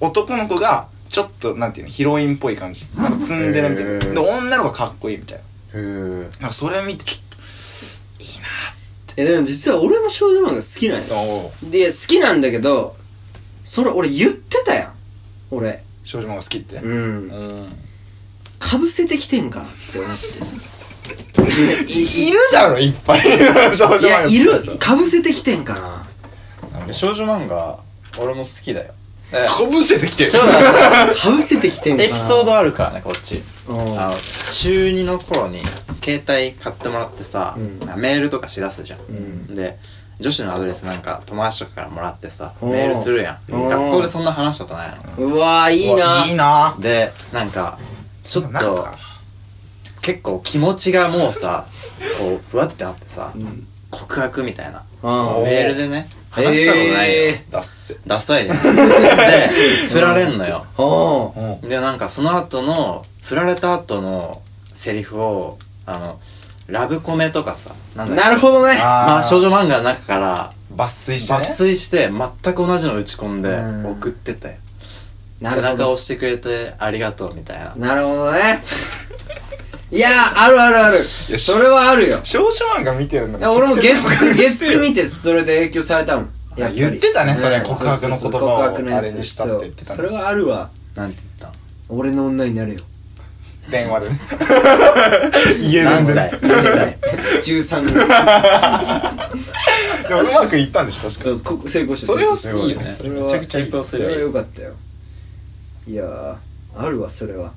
Speaker 2: 男の子がちょっとなんていうのヒロインっぽい感じなんかツンデレみたいな、
Speaker 3: へー
Speaker 2: で女の子がかっこいいみたいな
Speaker 3: へー
Speaker 2: なんかそれ見てちょ
Speaker 1: えでも実は俺も少女漫画好きなん
Speaker 2: っ
Speaker 1: よ
Speaker 2: とおう
Speaker 1: で好きなんだけどそれ俺言ってたやん俺
Speaker 2: 少女漫画好きってね
Speaker 1: うん
Speaker 2: うん
Speaker 1: かぶせてきてんかなって思って
Speaker 2: いいるだろいっぱい 少女漫
Speaker 1: いや
Speaker 2: 画
Speaker 1: いるかぶせてきてんかな
Speaker 3: 少女漫画俺も好きだよえ
Speaker 2: かぶせてきてる
Speaker 3: そうだ
Speaker 1: かぶせてきてんかな
Speaker 3: エピソードあるからねこっち
Speaker 1: うん
Speaker 3: あの中2の頃に携帯買ってもらってさ、
Speaker 1: うん
Speaker 3: メールとかしらすじゃん、
Speaker 1: ん
Speaker 3: で女子のアドレスなんか友達とかからもらってさ
Speaker 1: おー
Speaker 3: メールするやん
Speaker 1: おー
Speaker 3: 学校でそんな話したことない
Speaker 1: うんうわーいいな
Speaker 2: うわいいな
Speaker 3: のでなんかちょっ
Speaker 2: なんか
Speaker 3: と結構気持ちがもうさこうふわってなってさ、
Speaker 1: ん
Speaker 3: 告白みたいな
Speaker 1: うん
Speaker 2: おー
Speaker 3: メールでね話したことないよ、
Speaker 1: え
Speaker 2: だっせ
Speaker 3: ダ サいねで振られんのよ
Speaker 1: おー
Speaker 2: うん
Speaker 3: でなんかその後の振られた後のセリフをあのラブコメとかさなんだっけ
Speaker 1: なるほどね
Speaker 3: ま
Speaker 2: あ
Speaker 3: あ
Speaker 2: ー
Speaker 3: 少女漫画の中から
Speaker 2: 抜粋して
Speaker 3: 抜
Speaker 2: ね
Speaker 3: 粋して全く同じの打ち込
Speaker 1: う
Speaker 3: ん
Speaker 1: ん
Speaker 3: で送ってたよ
Speaker 1: な
Speaker 3: 背
Speaker 1: るほど
Speaker 3: 中押してくれてありがとうみたいな
Speaker 1: なるほどね いやーあるあるある
Speaker 2: や
Speaker 1: それはあるよ
Speaker 2: 少女漫画見てるの
Speaker 1: いや俺も月
Speaker 2: 直
Speaker 1: 9
Speaker 2: 接僕に
Speaker 1: 月
Speaker 2: してよ
Speaker 1: 9見てそれで影響されたもん
Speaker 3: あ
Speaker 1: や
Speaker 2: あ
Speaker 1: っぱり
Speaker 2: 言ってたねそれ
Speaker 1: うん
Speaker 2: 告白の
Speaker 1: そう
Speaker 2: 言
Speaker 1: そう
Speaker 2: 葉を
Speaker 1: 告白のやつ
Speaker 2: あれにしたって言ってた
Speaker 1: そ
Speaker 2: ね
Speaker 1: うそれはあるわ
Speaker 3: なんて言っ
Speaker 1: 俺の女になれよ
Speaker 2: 電話で言え
Speaker 3: た
Speaker 2: るん
Speaker 3: 何歳
Speaker 2: で
Speaker 3: 何
Speaker 2: ね
Speaker 3: 歳
Speaker 1: 13年
Speaker 2: でもうまくいったんでしょ確か
Speaker 1: そ
Speaker 2: に
Speaker 1: うこ成功して
Speaker 2: それ
Speaker 1: は
Speaker 2: はいいよね
Speaker 1: そ
Speaker 2: そ
Speaker 1: れ
Speaker 2: れ
Speaker 1: は
Speaker 2: めちゃくちゃ一発す
Speaker 1: そ
Speaker 2: れば
Speaker 1: れ
Speaker 2: い
Speaker 1: はい良かったよいやーあるわそれは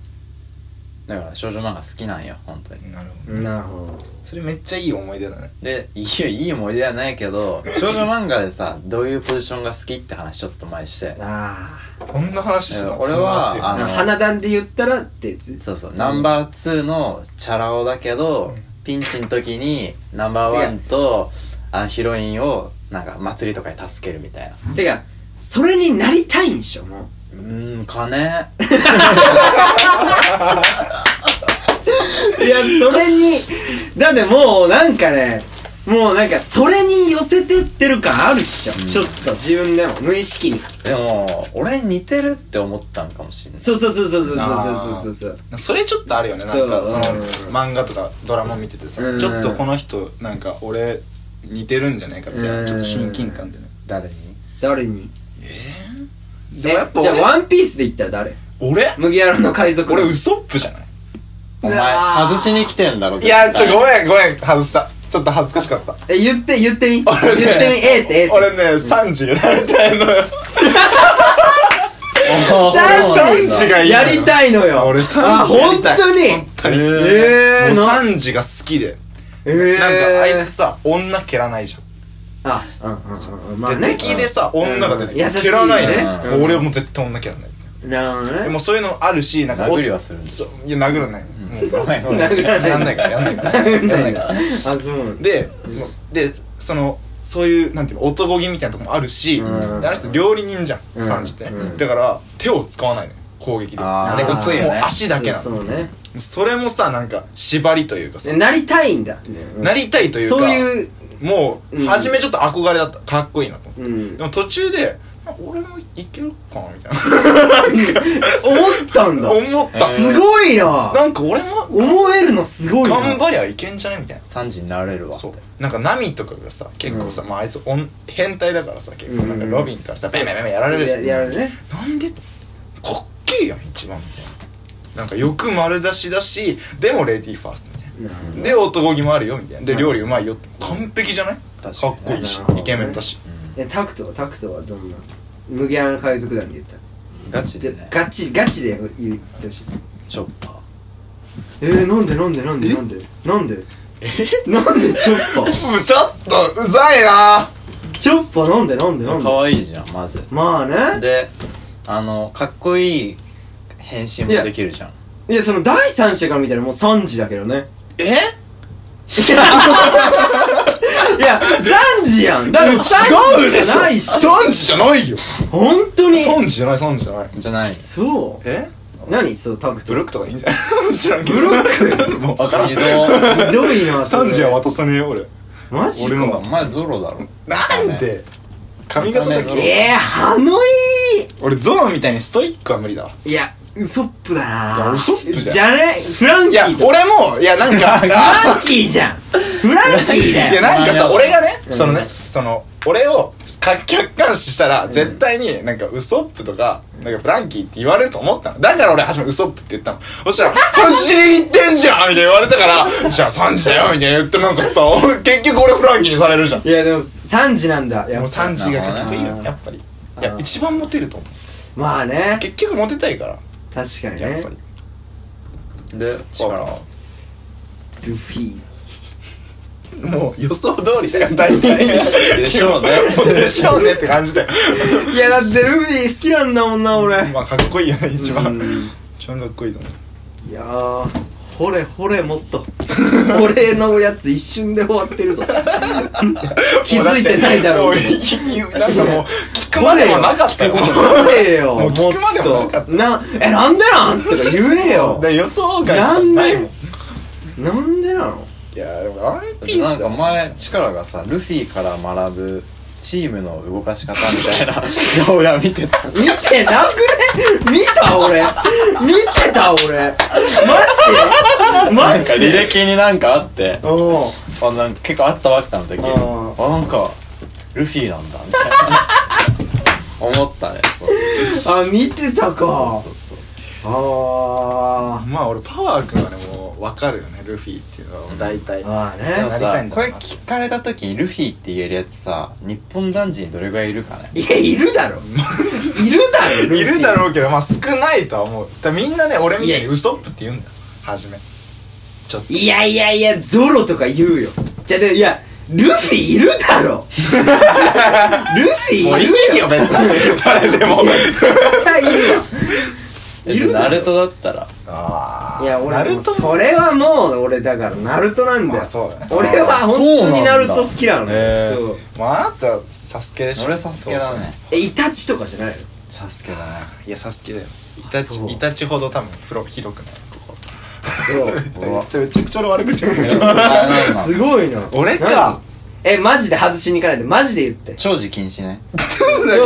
Speaker 3: だから少女漫画好きなんよ本当に
Speaker 2: なるほど
Speaker 1: なるほど
Speaker 2: それめっちゃいい思い出だね
Speaker 3: でいいいい思い出はないけど少女漫画でさどういうポジションが好きって話ちょっと前して
Speaker 1: あ
Speaker 2: そんな話してたの
Speaker 3: 俺は
Speaker 2: そんな
Speaker 1: あ
Speaker 3: の
Speaker 2: 話
Speaker 1: 花壇で言ったらってやつ
Speaker 3: そうそうナンバー2のチャラ男だけどピンチの時にナンバーワンとあのヒロインをなんか祭りとかに助けるみたいな
Speaker 1: てかそれになりたいんでしょもう
Speaker 3: うーん金
Speaker 1: いや、それに、だってもうなんかね、もうなんかそれに寄せてってる感あるっしょ。
Speaker 3: ん
Speaker 1: ちょっと自分でも、無意識に。
Speaker 3: でも俺に似てるって思ったんかもしれない
Speaker 1: そうそうそうそうそうそうそうそうそう。
Speaker 2: それちょっとあるよねなんか
Speaker 1: そう
Speaker 2: その
Speaker 1: うん
Speaker 2: 漫画とかドラマ見ててさ
Speaker 1: うん
Speaker 2: ちょっとこの人なんか俺似てるんじゃないかみたい
Speaker 1: うん
Speaker 2: なちょっと親近感でね
Speaker 3: 誰に
Speaker 1: 誰に
Speaker 2: で
Speaker 1: え
Speaker 2: もやっぱ
Speaker 1: じゃあ
Speaker 2: 俺
Speaker 1: ワンピースで言ったら誰
Speaker 2: 俺
Speaker 1: 麦わらの海賊
Speaker 2: 俺
Speaker 1: の
Speaker 2: ウソップじゃない
Speaker 3: お前
Speaker 1: うわー
Speaker 3: 外しに来てんだろ
Speaker 2: いやちょご
Speaker 3: ん
Speaker 2: めんごめん外したちょっと恥ずかしかった
Speaker 1: え、言って、言ってみ。言っ
Speaker 2: 俺
Speaker 1: て
Speaker 2: ね
Speaker 1: み、えーって、えーって。
Speaker 2: 俺ね30なりたいのよ
Speaker 1: 三
Speaker 2: 三
Speaker 1: 時
Speaker 2: 時がいいの
Speaker 1: や
Speaker 2: よ
Speaker 1: りたいのよ。
Speaker 2: 俺
Speaker 1: あ、
Speaker 2: 三時や
Speaker 1: 本
Speaker 2: りたい
Speaker 1: 当に
Speaker 2: 本当に
Speaker 3: えー
Speaker 1: えー
Speaker 2: もう
Speaker 1: な
Speaker 2: サンジが好きで
Speaker 1: え
Speaker 2: なん
Speaker 1: ー。
Speaker 2: かあいつさ女蹴らないじゃん
Speaker 1: あ、うんうんうん。まあ
Speaker 2: で
Speaker 1: ね。
Speaker 2: 敵でさ女が出てき
Speaker 1: う
Speaker 2: て
Speaker 1: ん優しい
Speaker 2: 蹴らないね
Speaker 3: ね
Speaker 2: もう俺はもう絶対女蹴らない
Speaker 1: なるほど
Speaker 2: で
Speaker 1: ね。
Speaker 2: もそういうのあるしなんかお
Speaker 3: 殴りはするんでし
Speaker 2: そういや殴らないもう
Speaker 3: ごめんごめん
Speaker 1: 殴らない
Speaker 2: やんないからやんないからやんな いから
Speaker 1: あ、そう。
Speaker 2: でもうでそのそういうなんていうの男気みたいなとこもあるしで
Speaker 1: うん
Speaker 2: あの人料理人じゃん
Speaker 1: うん
Speaker 2: サンジって
Speaker 1: うん
Speaker 2: だから手を使わないのよ攻撃で
Speaker 3: あ
Speaker 2: あ
Speaker 1: ーあれが強いよ
Speaker 3: ね
Speaker 2: もう足だけな
Speaker 1: そ
Speaker 2: の
Speaker 1: うそうね。
Speaker 2: それもさなんか縛りというかさ
Speaker 1: えなりたいんだ、うん
Speaker 2: なりたいというか
Speaker 1: そういう、
Speaker 2: も
Speaker 1: う
Speaker 2: うん初めちょっと憧れだったかっこいいなと思
Speaker 1: う
Speaker 2: って
Speaker 1: ん
Speaker 2: で、も途中であ俺もいけるかなみたい
Speaker 1: 思ったんだ
Speaker 2: な思った
Speaker 3: えー
Speaker 1: すごいな
Speaker 2: なんか俺も
Speaker 1: 思えるのすごいな
Speaker 2: 頑張りゃいけんじゃねみたいな
Speaker 3: 3時になれるわって
Speaker 2: そうなんかナミとかがさ結構さ、まああいつおん変態だからさ結構なんか
Speaker 1: うん
Speaker 2: ロビンからさベンベンベンベンやられるじゃん
Speaker 1: やられるね
Speaker 2: なんでとかっけえやん一番みたいななんかよく丸出しだしでもレディーファーストみたい
Speaker 1: なるほ
Speaker 2: なで男気もあるよみたいなで料理うまいよって完璧じゃないかっ
Speaker 3: 確かにね
Speaker 2: こいいし
Speaker 1: なるほどね
Speaker 2: イケメンだし
Speaker 1: どえタクトはタクトはどんな麦わらの海賊団で言ったら
Speaker 3: ガチで
Speaker 1: で
Speaker 3: ね
Speaker 1: ガチガチで言ってほしい
Speaker 3: チョッパ
Speaker 1: えー、なんでなんでなんでなんでなんでえなんでチョッパー
Speaker 2: うんちょっとうざいな
Speaker 1: チョッパーなんでなんでなん
Speaker 3: ー
Speaker 1: で
Speaker 3: 可愛いじゃんまず
Speaker 1: まあね
Speaker 3: であのかっこいい変身もできるじゃん
Speaker 1: いやその第三者から見たらもう3時だけどね
Speaker 2: え
Speaker 1: いや、いや三時やん。だから三
Speaker 2: 違
Speaker 1: 時
Speaker 2: うで
Speaker 1: じ
Speaker 2: し
Speaker 1: ゃ
Speaker 2: ょ
Speaker 1: ないし。
Speaker 2: 3時じゃないよ
Speaker 1: 本当に。
Speaker 2: 3時じゃない3時じゃない
Speaker 3: じゃない
Speaker 1: そ
Speaker 2: え
Speaker 1: う。何そう、タクト。ひ
Speaker 2: ブロックとかいいんじゃない知らんけどブロック もう分からん
Speaker 3: ひど
Speaker 1: どいな、それ
Speaker 2: 3時は渡さねえよ俺
Speaker 1: マジ
Speaker 2: 俺
Speaker 1: か。
Speaker 2: の
Speaker 3: お前ゾロだろ
Speaker 2: なんで髪型だ
Speaker 3: 見た
Speaker 2: け
Speaker 3: 目
Speaker 1: えー、ハノ
Speaker 2: 俺ゾロみたいにストイックは無理だわ
Speaker 1: イいや、ウソップだ
Speaker 2: いや
Speaker 1: な
Speaker 2: ウソップじゃん
Speaker 1: じゃねフラン
Speaker 2: い
Speaker 1: キ
Speaker 2: や
Speaker 1: ーだ。
Speaker 2: 俺もいや なんか
Speaker 1: フランキーじゃん。フランキーだ
Speaker 2: いや
Speaker 1: よ。
Speaker 2: なんか
Speaker 3: まあ
Speaker 2: さ俺がね
Speaker 1: うん
Speaker 2: そのねその俺を客観視したら絶対になんかウソップとかなんかフランキーって言われると思ったのだから俺初めウソップって言ったのそしたら「フジに行ってんじゃん!」みたいな言われたから「 じゃあ3時だよ」みたいな言ってなんかさ 結局俺フランキーにされるじゃん
Speaker 1: いや、でも三時なんだ。いや
Speaker 2: もう3時がかっこいいよ
Speaker 1: あー
Speaker 2: やっぱりい
Speaker 1: あ
Speaker 2: や
Speaker 1: ー
Speaker 2: 一番モテると思う
Speaker 1: まあね。
Speaker 2: 結局モテたいから
Speaker 1: 確かに
Speaker 2: やっ
Speaker 1: ね
Speaker 2: ぱ。り
Speaker 3: で力は
Speaker 1: ルフィ。
Speaker 2: もう予想通りだよ大体
Speaker 3: でしょうね
Speaker 2: でしょうねって感じだよ
Speaker 1: いや、だってルフィ好きなんだもんな、俺。
Speaker 2: まあかっこいいよね一番
Speaker 1: うん
Speaker 2: 一番かっこいいと思う
Speaker 1: いやーほれほれもっと俺のやつ一瞬で終わってるぞ気づいてないだろう
Speaker 2: もう
Speaker 1: けど
Speaker 2: いなんかもう聞くまでもなかったよ
Speaker 1: ほれよ
Speaker 2: も
Speaker 1: も
Speaker 2: う
Speaker 1: っ
Speaker 2: 聞くまでもなかっ
Speaker 1: となえなんでなんとか言えよ
Speaker 2: で予想外
Speaker 1: なん
Speaker 2: ない
Speaker 1: で
Speaker 2: もん
Speaker 1: なんでなの
Speaker 2: いやでもワンピー
Speaker 3: な
Speaker 2: ス
Speaker 3: ん
Speaker 2: だ
Speaker 3: か
Speaker 2: もん
Speaker 3: 前力がさルフィから学ぶチームの動かし方み たいな動画見てた
Speaker 1: 見てなくね見た俺見てた俺マジ
Speaker 3: なん
Speaker 1: マ
Speaker 3: か
Speaker 1: ジ
Speaker 3: 履
Speaker 1: で
Speaker 3: 歴になんかあって
Speaker 1: おう
Speaker 3: あなんか結構あったわけたの時
Speaker 1: あー
Speaker 3: あなんかルフィなんだみたいな思ったねそう
Speaker 1: あ見てたか
Speaker 3: そうそうそ
Speaker 1: あ
Speaker 2: まあ俺パワー君はねもう分かるよねルフィっていうのは大体、
Speaker 1: ーあー
Speaker 3: うで
Speaker 1: ね
Speaker 3: も
Speaker 2: なりたい
Speaker 3: さ
Speaker 2: んだ
Speaker 3: これ聞かれた時にルフィって言えるやつさ日本男児にどれぐらいいるかね
Speaker 1: いやいるだろいるだろ
Speaker 2: いるだ
Speaker 1: ろ
Speaker 2: ろうけどまあ少ないとは思うだからみんなね俺みたい
Speaker 1: い
Speaker 2: に
Speaker 1: や
Speaker 2: ウソップって言うんだよ初めちょっと
Speaker 1: いやいやいやゾロとか言うよじゃあでいやルフィいるだ ろルフィいる
Speaker 2: もういいよ別に 誰でも
Speaker 1: 絶対いるわ
Speaker 3: え
Speaker 1: いる
Speaker 3: じゃ
Speaker 1: だろ
Speaker 3: あナルトだったら
Speaker 2: あ
Speaker 1: いや俺
Speaker 2: ナ
Speaker 1: も
Speaker 2: ル
Speaker 1: う
Speaker 2: トも
Speaker 1: それはもう俺だからナルトなんだよ
Speaker 2: あそうだね
Speaker 1: 俺は本当にナルト好きなの
Speaker 3: へー
Speaker 1: よそう
Speaker 2: もうあなたサスケでしょ
Speaker 3: 俺サスケだ
Speaker 2: そう
Speaker 3: ね
Speaker 1: えイタチとかじゃないの
Speaker 3: サスケだね
Speaker 2: そういやサスケだよイタチ
Speaker 1: そう
Speaker 2: イタチほど多分風呂広くないここ
Speaker 1: そう
Speaker 3: うわ
Speaker 2: めちゃめちゃくちゃ俺悪口言う
Speaker 3: え
Speaker 2: け
Speaker 3: お
Speaker 2: ど
Speaker 3: 前なんなん
Speaker 1: すごいな
Speaker 2: 俺か
Speaker 1: 何えマジで外しに行かないでマジで言って
Speaker 3: 長寿禁止ね
Speaker 1: ち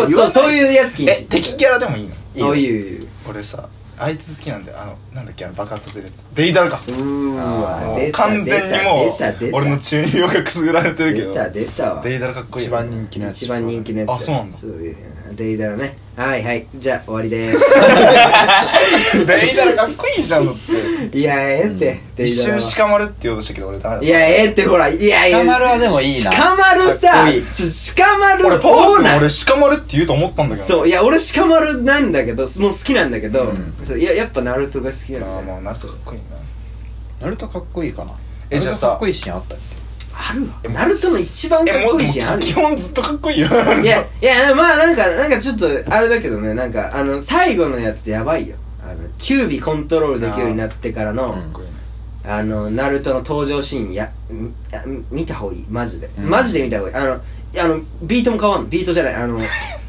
Speaker 1: ょそうそういうやつ禁
Speaker 2: え
Speaker 1: 止
Speaker 2: 敵キャラでもいいの
Speaker 3: いいよ
Speaker 1: あいいよいいよ
Speaker 2: 俺さあいつ好きなんだよあのなんだっけあの爆発させるやつデイダルか
Speaker 1: うーわ
Speaker 2: もう
Speaker 1: 出た
Speaker 2: 完全にも
Speaker 1: 出た出
Speaker 2: う
Speaker 1: た
Speaker 2: 俺の中二病がくすぐられてるけど
Speaker 1: 出た出たわ
Speaker 2: デイダルかっこいい
Speaker 3: 一
Speaker 2: よ
Speaker 3: 番人気のやつ
Speaker 1: 一番人気のやつだ
Speaker 2: あそうなんだ
Speaker 1: うデイダロねはいはいじゃあ終わりでー
Speaker 2: デイダルかっこいいじゃん だって
Speaker 1: すいやええってデ
Speaker 2: 一
Speaker 1: イダロは
Speaker 2: 瞬鹿丸って言おうとしたけど俺ダメだ
Speaker 1: いやええってほらいやいや
Speaker 3: 鹿丸はでもいいな
Speaker 1: 鹿丸さ
Speaker 3: かっこいい
Speaker 1: ちょ鹿丸
Speaker 2: 俺パワー
Speaker 1: オー
Speaker 2: 君
Speaker 1: ナー
Speaker 2: 俺鹿丸って言うと思ったんだけど
Speaker 1: そういや俺鹿丸なんだけどもう好きなんだけど、
Speaker 3: うん
Speaker 1: そういややっぱナルトが好きなんだ
Speaker 2: あ
Speaker 1: よ
Speaker 2: あもうナルトかっこいいな
Speaker 3: ナルトかっこいいかな
Speaker 2: えじゃあ
Speaker 3: ナルト
Speaker 2: さ
Speaker 3: かっこいいシーンあったっ
Speaker 1: あるわナルトの一番かっ
Speaker 2: えもう
Speaker 1: こい
Speaker 2: で
Speaker 1: い
Speaker 2: も
Speaker 1: シーンある
Speaker 2: 基
Speaker 1: よ
Speaker 2: 本ずっとかっこいいよ
Speaker 1: いやいやまあなんかなんかちょっとあれだけどねなんかあの最後のやつやばいよあのキュービコントロールできるようになってからの、
Speaker 3: あー
Speaker 2: かっこいいね
Speaker 1: あのナルトの登場シーンやんあ見た方がいいマジで、
Speaker 3: うん
Speaker 1: マジで見た方がいいあのいやあのビートも変わんのビートじゃない あの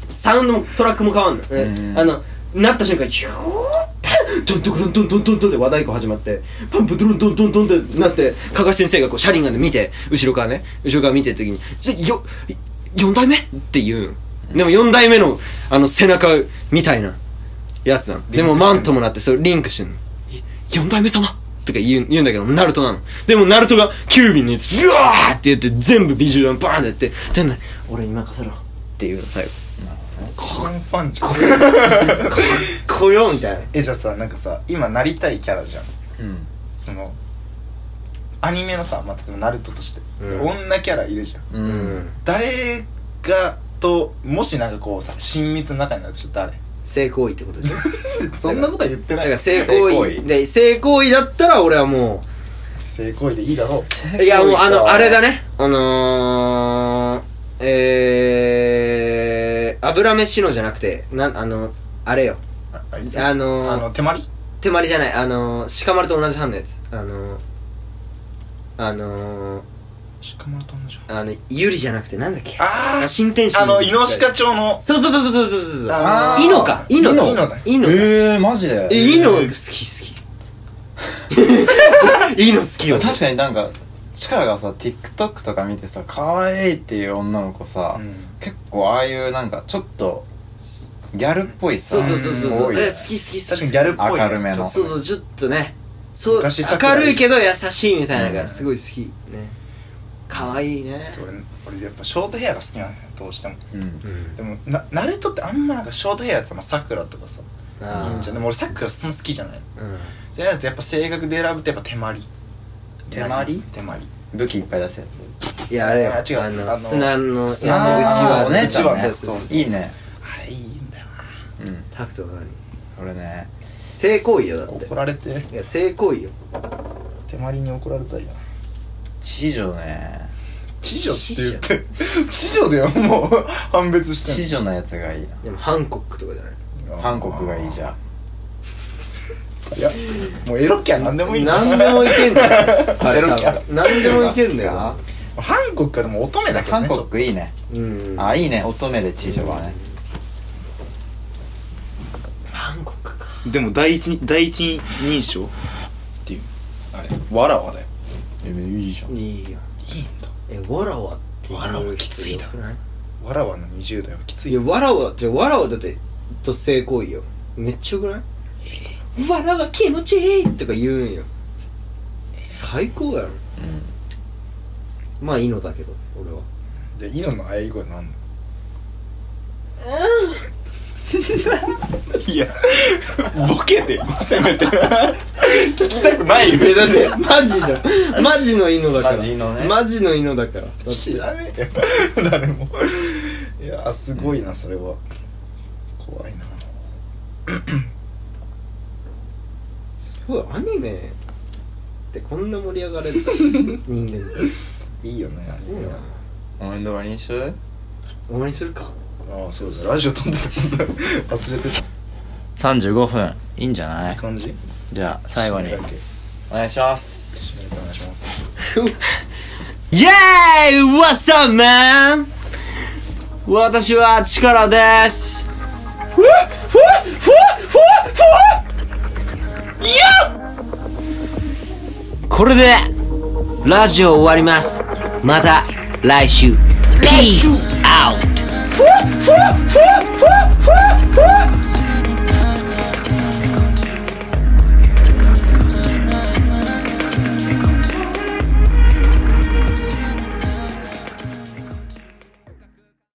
Speaker 1: サウンドもトラックも変わんの、え
Speaker 3: うん
Speaker 1: あのなった瞬間ヒューパンドンドクルンドンドンドンドンって和太鼓始まってパンプドルンドンドンドンってなって加賀先生がこうシャリンガンで見て後ろからね後ろから見てる時に「ちょよ4代目?」って言うのでも4代目のあの背中みたいなやつなのでもマントもなってそれリンクしてんの四代目様とか言う言うんだけど、ナルトなの。でも、ナルトが、キュービンのやつ、うわーって言って、全部ビジュアルバーンってやって、店内、俺に任せろ。っていうの、 最後。
Speaker 2: コーンパンチ
Speaker 1: こよ、みたいな。
Speaker 2: えじゃあさなんかさ今なりたいキャラじゃん
Speaker 3: けうん
Speaker 2: そのアニメのさまあ例えばナルトとして、
Speaker 1: うん
Speaker 2: 女キャラいるじゃん
Speaker 3: う。
Speaker 1: うん
Speaker 2: 誰がともしなんかこうさ親密な仲になるとしたら
Speaker 1: 性行為ってことでしょ
Speaker 2: 誰そんなことは言っ て
Speaker 1: だか
Speaker 2: ない
Speaker 1: ら、性行
Speaker 3: 性行
Speaker 1: 為。
Speaker 3: 為
Speaker 1: で、性行為だったら、俺はも
Speaker 2: 性行為でいいだろう
Speaker 1: う。いや、もう、あの、あれだね。あのー、えー、油飯のじゃなくて、なん、あの、あれよ。
Speaker 2: ああいつ
Speaker 1: あのー
Speaker 2: あの手まり
Speaker 1: 手まりじゃないあのー、鹿丸と同じ班のやつあのー、あのー、
Speaker 2: しかもとんじゃ
Speaker 1: あのゆりじゃなくてなんだっけ
Speaker 2: あー
Speaker 1: 新天使
Speaker 2: あのイノシカ町の
Speaker 1: そうそうそうそうそうそうそう
Speaker 2: あ
Speaker 3: ー
Speaker 1: イノかイノ
Speaker 2: イノだ
Speaker 1: イノえ
Speaker 3: えー、マジで
Speaker 1: イノ好き 好きイノ好きよ
Speaker 3: 確かになんかチカラがさ TikTok とか見てさ可愛いっていう女の子さ、
Speaker 2: うん
Speaker 3: 結構ああいうなんかちょっとギャルっぽいさ
Speaker 1: そうそうそうそうそう
Speaker 3: 多い
Speaker 1: え
Speaker 3: よね
Speaker 1: 好き好き好き
Speaker 2: 確かにギャルっぽいね
Speaker 3: 明るめの
Speaker 2: ち
Speaker 1: そ
Speaker 2: ょ
Speaker 1: う
Speaker 2: っと
Speaker 1: そうちょっとねそう
Speaker 2: 昔桜
Speaker 1: 明るいけど優しいみたいなの
Speaker 3: うん
Speaker 1: がすごい好きね可愛いね
Speaker 2: 俺俺やっぱショートヘアが好きなんだよどうしても
Speaker 3: うん
Speaker 2: でもなナルトってあんまなんかショートヘアってさまあさくらとかさいいんじゃんでも俺さくらそんな好きじゃないでなるとやっぱ性格で選ぶとやっぱ手まり
Speaker 3: 手まり
Speaker 2: 手まり
Speaker 3: 武器いっぱい出すや
Speaker 1: いやあれよ
Speaker 2: あ違う
Speaker 1: あ
Speaker 2: あ
Speaker 1: の
Speaker 2: の
Speaker 1: 砂のやつうち
Speaker 3: つ
Speaker 2: あー
Speaker 1: わ
Speaker 3: お姉ちゃん
Speaker 2: うちわ
Speaker 3: ね
Speaker 2: ね
Speaker 1: そうそうそう
Speaker 3: いいね
Speaker 2: あれいいんだよな
Speaker 3: うん
Speaker 1: タクトが何
Speaker 3: 俺ね
Speaker 1: 性行為よだって
Speaker 2: 怒られて
Speaker 1: いや性行為よ
Speaker 2: 手まりに怒られたいな
Speaker 3: 知女ね
Speaker 2: 知女って言って知女だよもう判別して
Speaker 3: 知
Speaker 2: ん
Speaker 3: 女のやつがいい
Speaker 1: でもハンコックとかじゃない
Speaker 2: の
Speaker 3: 韓国がいいじゃん
Speaker 2: いやもうエロキャなんでもいいんだ
Speaker 1: 何でもいけんだ よ
Speaker 2: エロキャ
Speaker 1: 何でもいけんだよな
Speaker 3: あ
Speaker 2: 韓国かでも乙女だけど
Speaker 3: 韓
Speaker 2: ね
Speaker 3: 国いいね
Speaker 1: うん
Speaker 3: あいいね乙女で知女はね
Speaker 1: 韓国か
Speaker 7: でも第一に第一人称
Speaker 2: あれわらわだよ
Speaker 3: えいいじゃん
Speaker 1: いいよ
Speaker 2: いいんだ
Speaker 1: えわらわっていう
Speaker 2: わらわきついだ
Speaker 1: よくない
Speaker 2: わらわの20代はきつい
Speaker 1: いやわらわじゃあわらわだってと性行為よめっちゃよくないわらわ気持ちいいとか言うんよ最高やろ
Speaker 3: うん
Speaker 1: まあいいのだけど俺は
Speaker 2: でイノの喘ぎ声なんのいやボケてよせめて聞きたくないよ
Speaker 1: だって マジだマジの犬だから
Speaker 3: マジのね
Speaker 1: マジの犬だからだって
Speaker 2: 知らねえよ誰もいやすごいなそれは怖いな
Speaker 1: すごいアニメってこんな盛り上がれる んだ人間って
Speaker 2: いいよね
Speaker 1: すごいな
Speaker 3: おめでとうにする
Speaker 1: 終わりにするか
Speaker 2: ああそうだラジオ飛んでた忘れて
Speaker 3: 35分いいんじゃな
Speaker 2: た感じ
Speaker 3: じゃあ
Speaker 2: 締めだけ
Speaker 3: お願いします
Speaker 2: 締めだけお願いします
Speaker 4: イエーイ !What's up, man? 私はチカラです。ふわふわふわふわふわいやこれで、ラジオ終わります。また来週。Peace out! ふわふわふわ